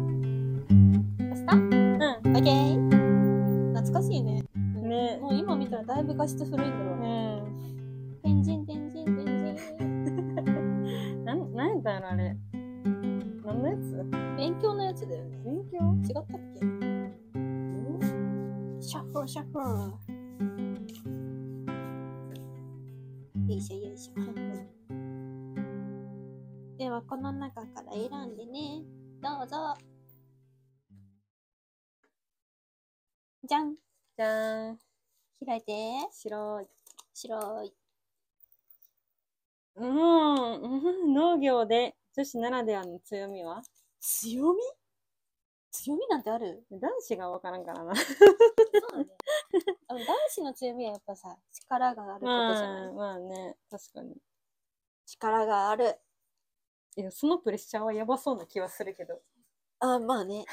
押したうん。オッうケー。懐かしいね。ん。ね。もう今見たらだいぶ画質古いんだろううね。ん。天神天神天神。なん、なんやったんやろ、あれ。何のやつ勉強のやつだよね。勉強違ったっけシャッフルシャッフル。よいしょよいしょ。ではこの中から選んでね。どうぞ。じゃん。じゃーん。開いて。白い。白い。うーん。うん農業で女子ならではの強みは強み強みなんてある男子がわからんからな。そうだね。あの男子の強みはやっぱさ、力があることじゃない、まあ、まあね。確かに。力がある。いや、そのプレッシャーはやばそうな気はするけど。あまあ ね。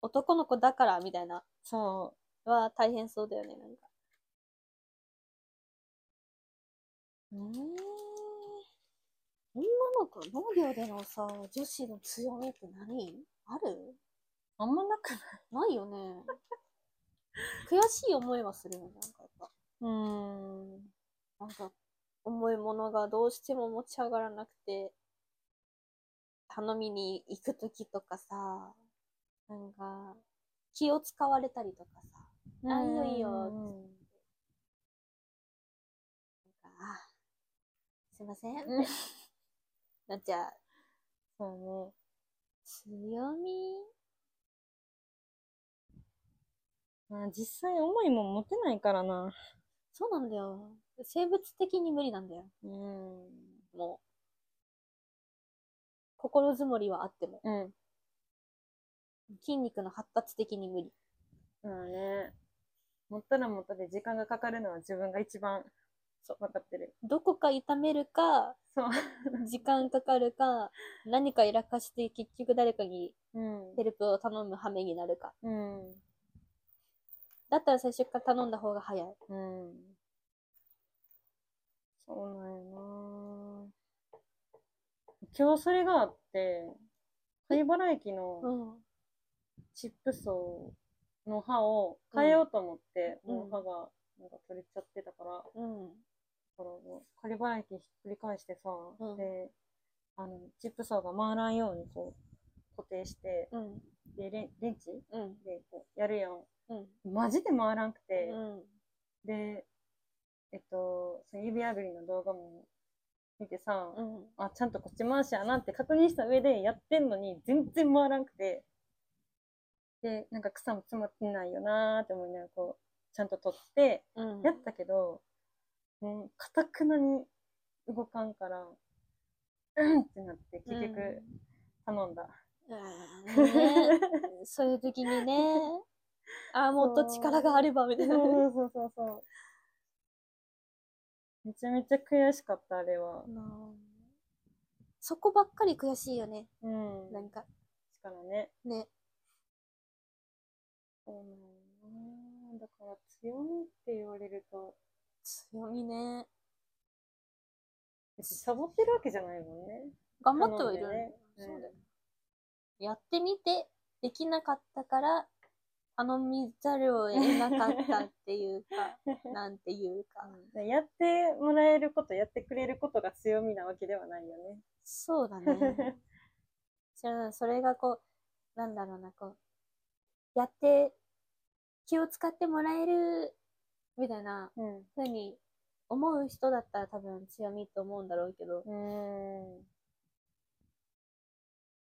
男の子だからみたいなそは大変そうだよね。なんかう。うーん。女の子、農業でのさ、女子の強みって何あるあんまなくない。ないよ ね。悔しい思いはするよね。なんかやっぱ、うーん。なんか重いものがどうしても持ち上がらなくて、頼みに行くときとかさ、なんか、気を使われたりとかさ、あいいよいいようんあすいません。うんなっちゃう。そうね。強みまあ、実際思いも持てないからな。そうなんだよ。生物的に無理なんだよ。うん。もう。心づもりはあっても。うん。筋肉の発達的に無理。まあね。持ったら持ったで時間がかかるのは自分が一番そう分かってる。どこか痛めるか、そう。時間かかるか、何かやらかして結局誰かにうんヘルプを頼む羽目になるか。うん。だったら最初から頼んだ方が早い。うん。そうなんやな。今日それがあって、貝原駅うのん。チップ層の歯を変えようと思って、うんもう歯がなんか取れちゃってたから、うん。からもう、仮払い機ひっくり返してさ、うんで、あの、チップサーが回らんようにこう、固定して、うん。で、レンレンチうん。で、こう、やるやん。うん。マジで回らんくて、うん。で、えっと、その指破りの動画も見てさ、うん。あ、ちゃんとこっち回しやなって確認した上でやってんのに全然回らんくて、で、なんか草も詰まってないよなーって思いながらこう、ちゃんと取って、うん。やったけど、ね、かたくなに動かんから、うんってなって、結局、頼んだ。うんね、 そういう時にね、ああ、もっと力があれば、みたそういな。そうそうそう。めちゃめちゃ悔しかった、あれは。そこばっかり悔しいよね、うん。なんか。からね。ね。そうなんやなだから強みって言われると、強みね。別にサボってるわけじゃないもんね。頑張ってはいるんだよ頼んねで。ねそうだよ。やってみて、できなかったから、頼みざるを得なかったっていう か、なんていうか。うんやってもらえること、やってくれることが強みなわけではないよね。そうだ ね。それそれがこう、なんだろうな、こう、やって、気を使ってもらえる、みたいなうん。うふうに思う人だったら多分強みと思うんだろうけど、ーん。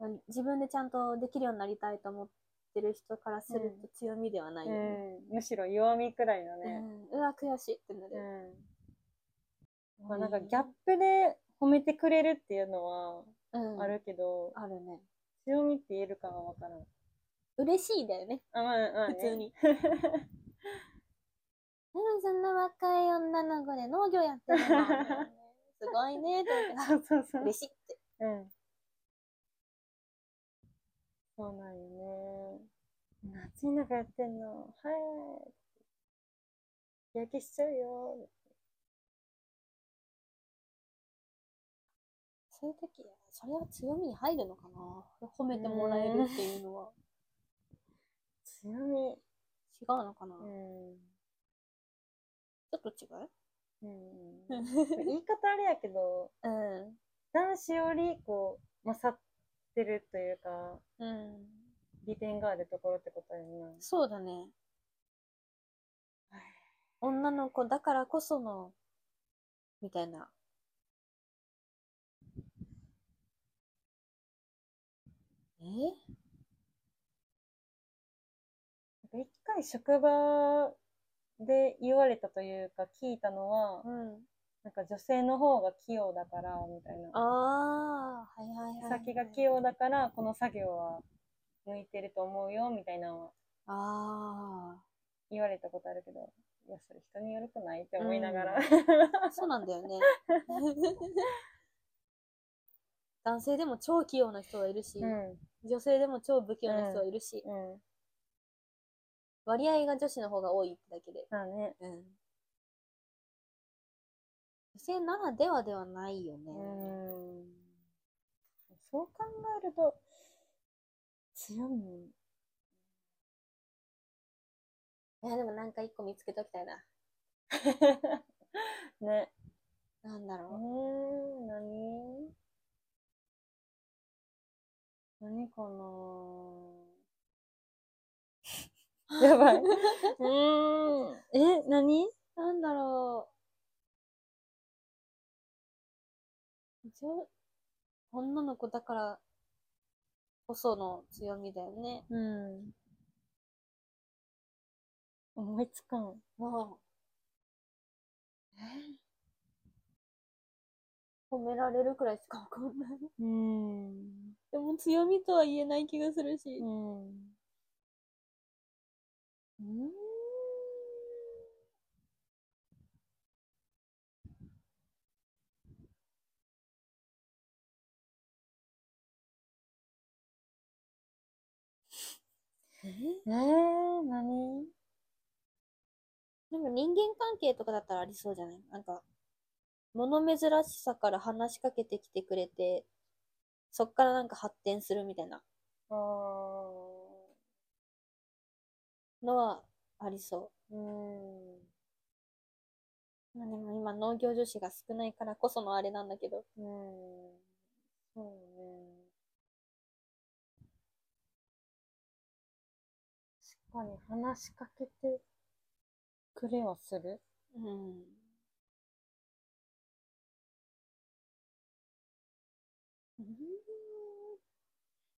自分でちゃんとできるようになりたいと思ってる人からすると強みではないよね。うん、むしろ弱みくらいのうね、んうわ、悔しいってなうる。んまあ、なんかギャップで褒めてくれるっていうのはうんあるけど、あるね。強みって言えるかは分からん嬉しいだよね、あ、まあまあね、普通に。でもそんな若い女の子で農業やってるの。すごいね、って思 って そうそうそあう、嬉しいって。うん、そうなんよね夏になんかやってんのはい日焼けしちゃうよそういう時、それは強みに入るのかな褒めてもらえるっていうのは。強み。違うのかな、うちん。ょっと違う うん、言い方あれやけど、うん。男子よりこう、勝ってるというか、うん。利点があるところってことやんな。そうだね。女の子だからこその、みたいな。えなんか一回職場で言われたというか聞いたのは、うん。なんか女性の方が器用だから、みたいな。ああ、はいはいはい。先が器用だから、この作業は向いてると思うよ、みたいなのはあ言われたことあるけど、いや、それ人によるくないって思いながら。あ、そうなんだよね。 男性でも超器用な人はいるし、 うん、女性でも超不器用な人はいるし、うん。割合が女子の方が多いってだけで。まあね、うん。女性ならではではないよね。うん。そう考えると、強み。いや、でもなんか一個見つけときたいな。 ね。なんだえろー、何何か なやばい。うーん。え、何う。なんだろう。じょ女の子だからこその強みだよね。うん。思いつかん。もう。褒められるくらいしかわかんない。うん。でも強みとは言えない気がするし。うん。うん。ええー、何でも人間関係とかだったらありそうじゃないなんか、物珍しさから話しかけてきてくれて、そっからなんか発展するみたいなあのはありそー。うん。う。まあでも今農業女子が少ないからこそのあれなんだけど。うん。そうね。確かに話しかけてくれはする。うん。うん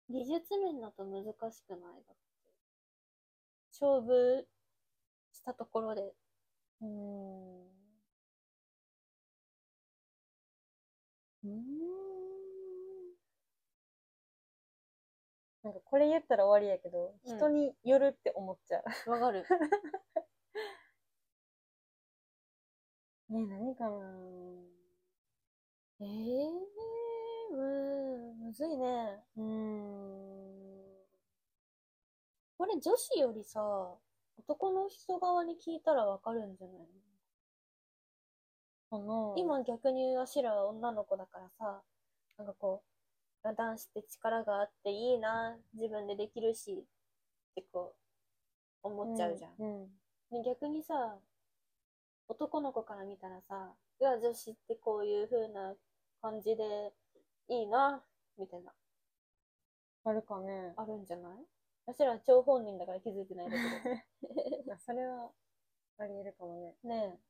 技術面だと難しくないだって。勝負したところでうん。うん。なんかこれ言ったら終わりやけど、うん人によるって思っちゃう。わ かる。ねえ、何かなええうん、むずいね。うん。これ女子よりさ、男の人側に聞いたらわかるんじゃないのこの、今逆にわしらは女の子だからさ、なんかこう、あ男子って力があっていいな、自分でできるし、ってこう、思っちゃうじゃん。うん。で逆にさ、男の子から見たらさ、うわ、女子ってこういう風な感じでいいな、みたいな、あるかね。 あるんじゃない私らは張本人だから気づいてないだけど。あそれは、あり得るかもね。ね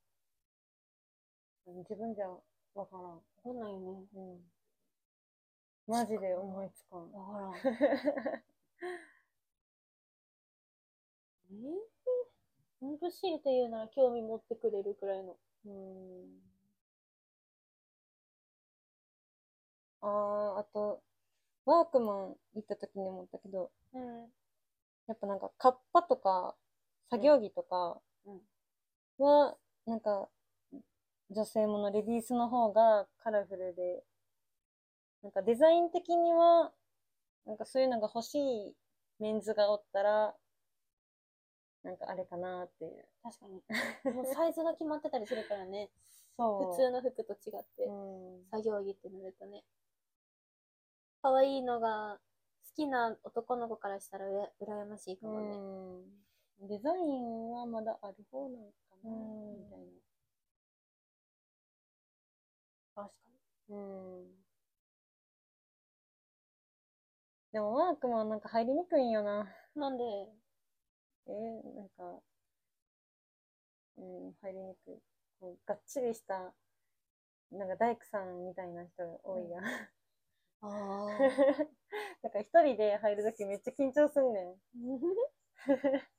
え、自分じゃわからん。わかんないよね。うん。マジで思いつかん。わからん。えー、ほんと強いて言うなら興味持ってくれるくらいの。うん。 あー、あと、ワークマン行った時に思ったけど、うん。うん。やっぱなんか、カッパとか、作業着とかうんは、なんか、女性もの、レディースの方がカラフルで、なんかデザイン的には、なんかそういうのが欲しいメンズがおったら、なんかあれかなっていう。確かに。もうサイズが決まってたりするからね。そ普通の服と違って、う。うん。作業着ってなるとね。可愛いのが好きな男の子からしたらうら羨ましいかもね。うん。デザインはまだある方なのかな、うんみたいな。確かうん。でもワークマンなんか入りにくいんよな。に。なんで、えー、なんか、うん、入りにくい。こうがっちりした、なんか大工さんみたいな人が多いやん。 あだから一人で入るときめっちゃ緊張すんね ん。あ。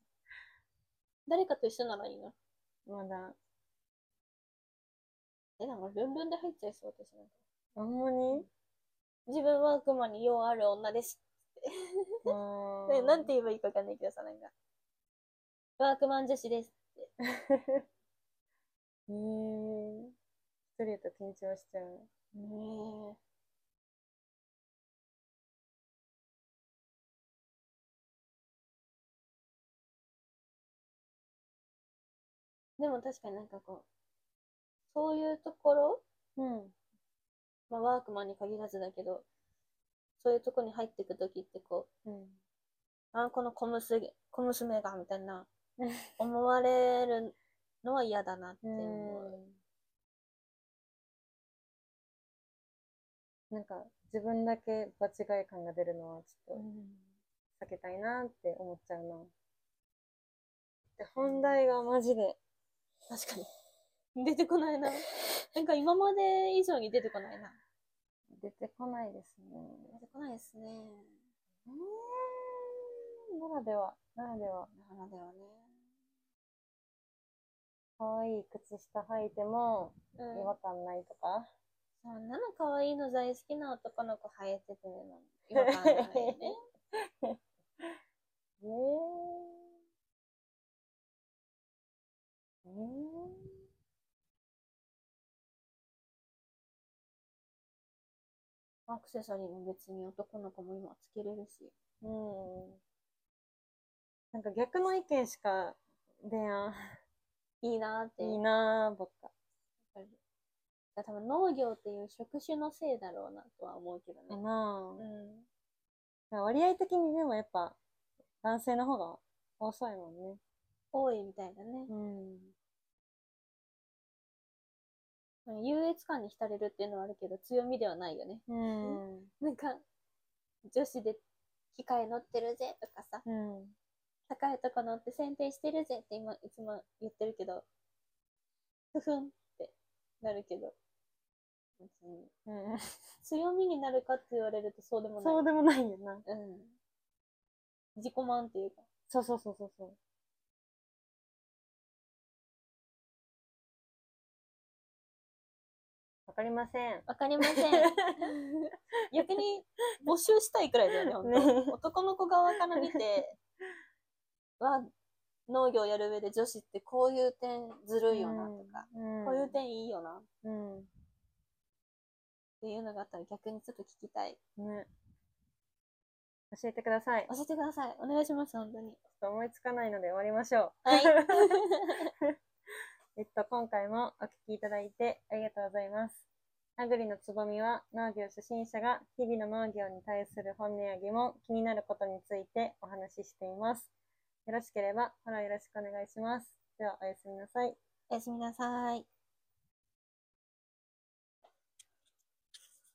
誰かと一緒ならいいな。まだ。え、なんかルンルンで入っちゃいそうですね。あんまり自分ワークマンに用ある女です。あね、ーなんて言えばいいかわかんないけどさ、なんか。ワークマン女子です。 えー、一人だと緊張しちゃう。ねえ。でも確かになんかこう、そういうところ、うん。まあ、ワークマンに限らずだけど、そういうとこに入っていくときってこうん。う、あ、この小娘、小娘が、みたいな、思われるのは嫌だなって思う。なんか自分だけ場違い感が出るのはちょっと避けたいなって思っちゃうな。で本題がマジで。確かに。 出てこないな。なんか今まで以上に出てこないな。出てこないですね。出てこないですね。うーんならでは、ならでは。ならではね。可愛い靴下履いてもう違ん。和感ないとか。そんなの可愛いの大好きな男の子生えてても違和感ないね。 ねえ。ねアクセサリーも別に男の子も今つけれるし。え。うん。なんか逆の意見しか出やん。いいなーって。いいなぁ、ばっか。やっぱりだから多分農業っていう職種のせいだろうなとは思うけどかね。なうぁん。割合的にでもやっぱ男性の方が多そうやもんね。多いみたいだね。うん。優越感に浸れるっていうのはあるけど、強みではないよね。うん。なんか、女子で機械乗ってるぜとかさ、うん。高いとこ乗って剪定してるぜって今、いつも言ってるけど、ふふんってなるけど、別にうん、強みになるかって言われるとそうでもない。そうでもないよな。うん。自己満っていうか。そうそうそうそうそう。わかりません。わかりません。 逆に募集したいくらいだよね、本当ね男の子側から見て、 は、農業やる上で女子ってこういう点ずるいよなとか、うん。こういう点いいよなっうん。ていうのがあったら逆にちょっと聞きたい。ね。教えてください。ちょっ教えてください。お願いします、本当に。と思いつかないので終わりましょう。はい。 えっと、今回もお聞きいただいてありがとうございます。アグリのつぼみは農業初心者が日々の農業に対する本音や疑問、気になることについてお話ししています。よろしければフォローよろしくお願いします。では、おやすみなさい。おやすみなさい。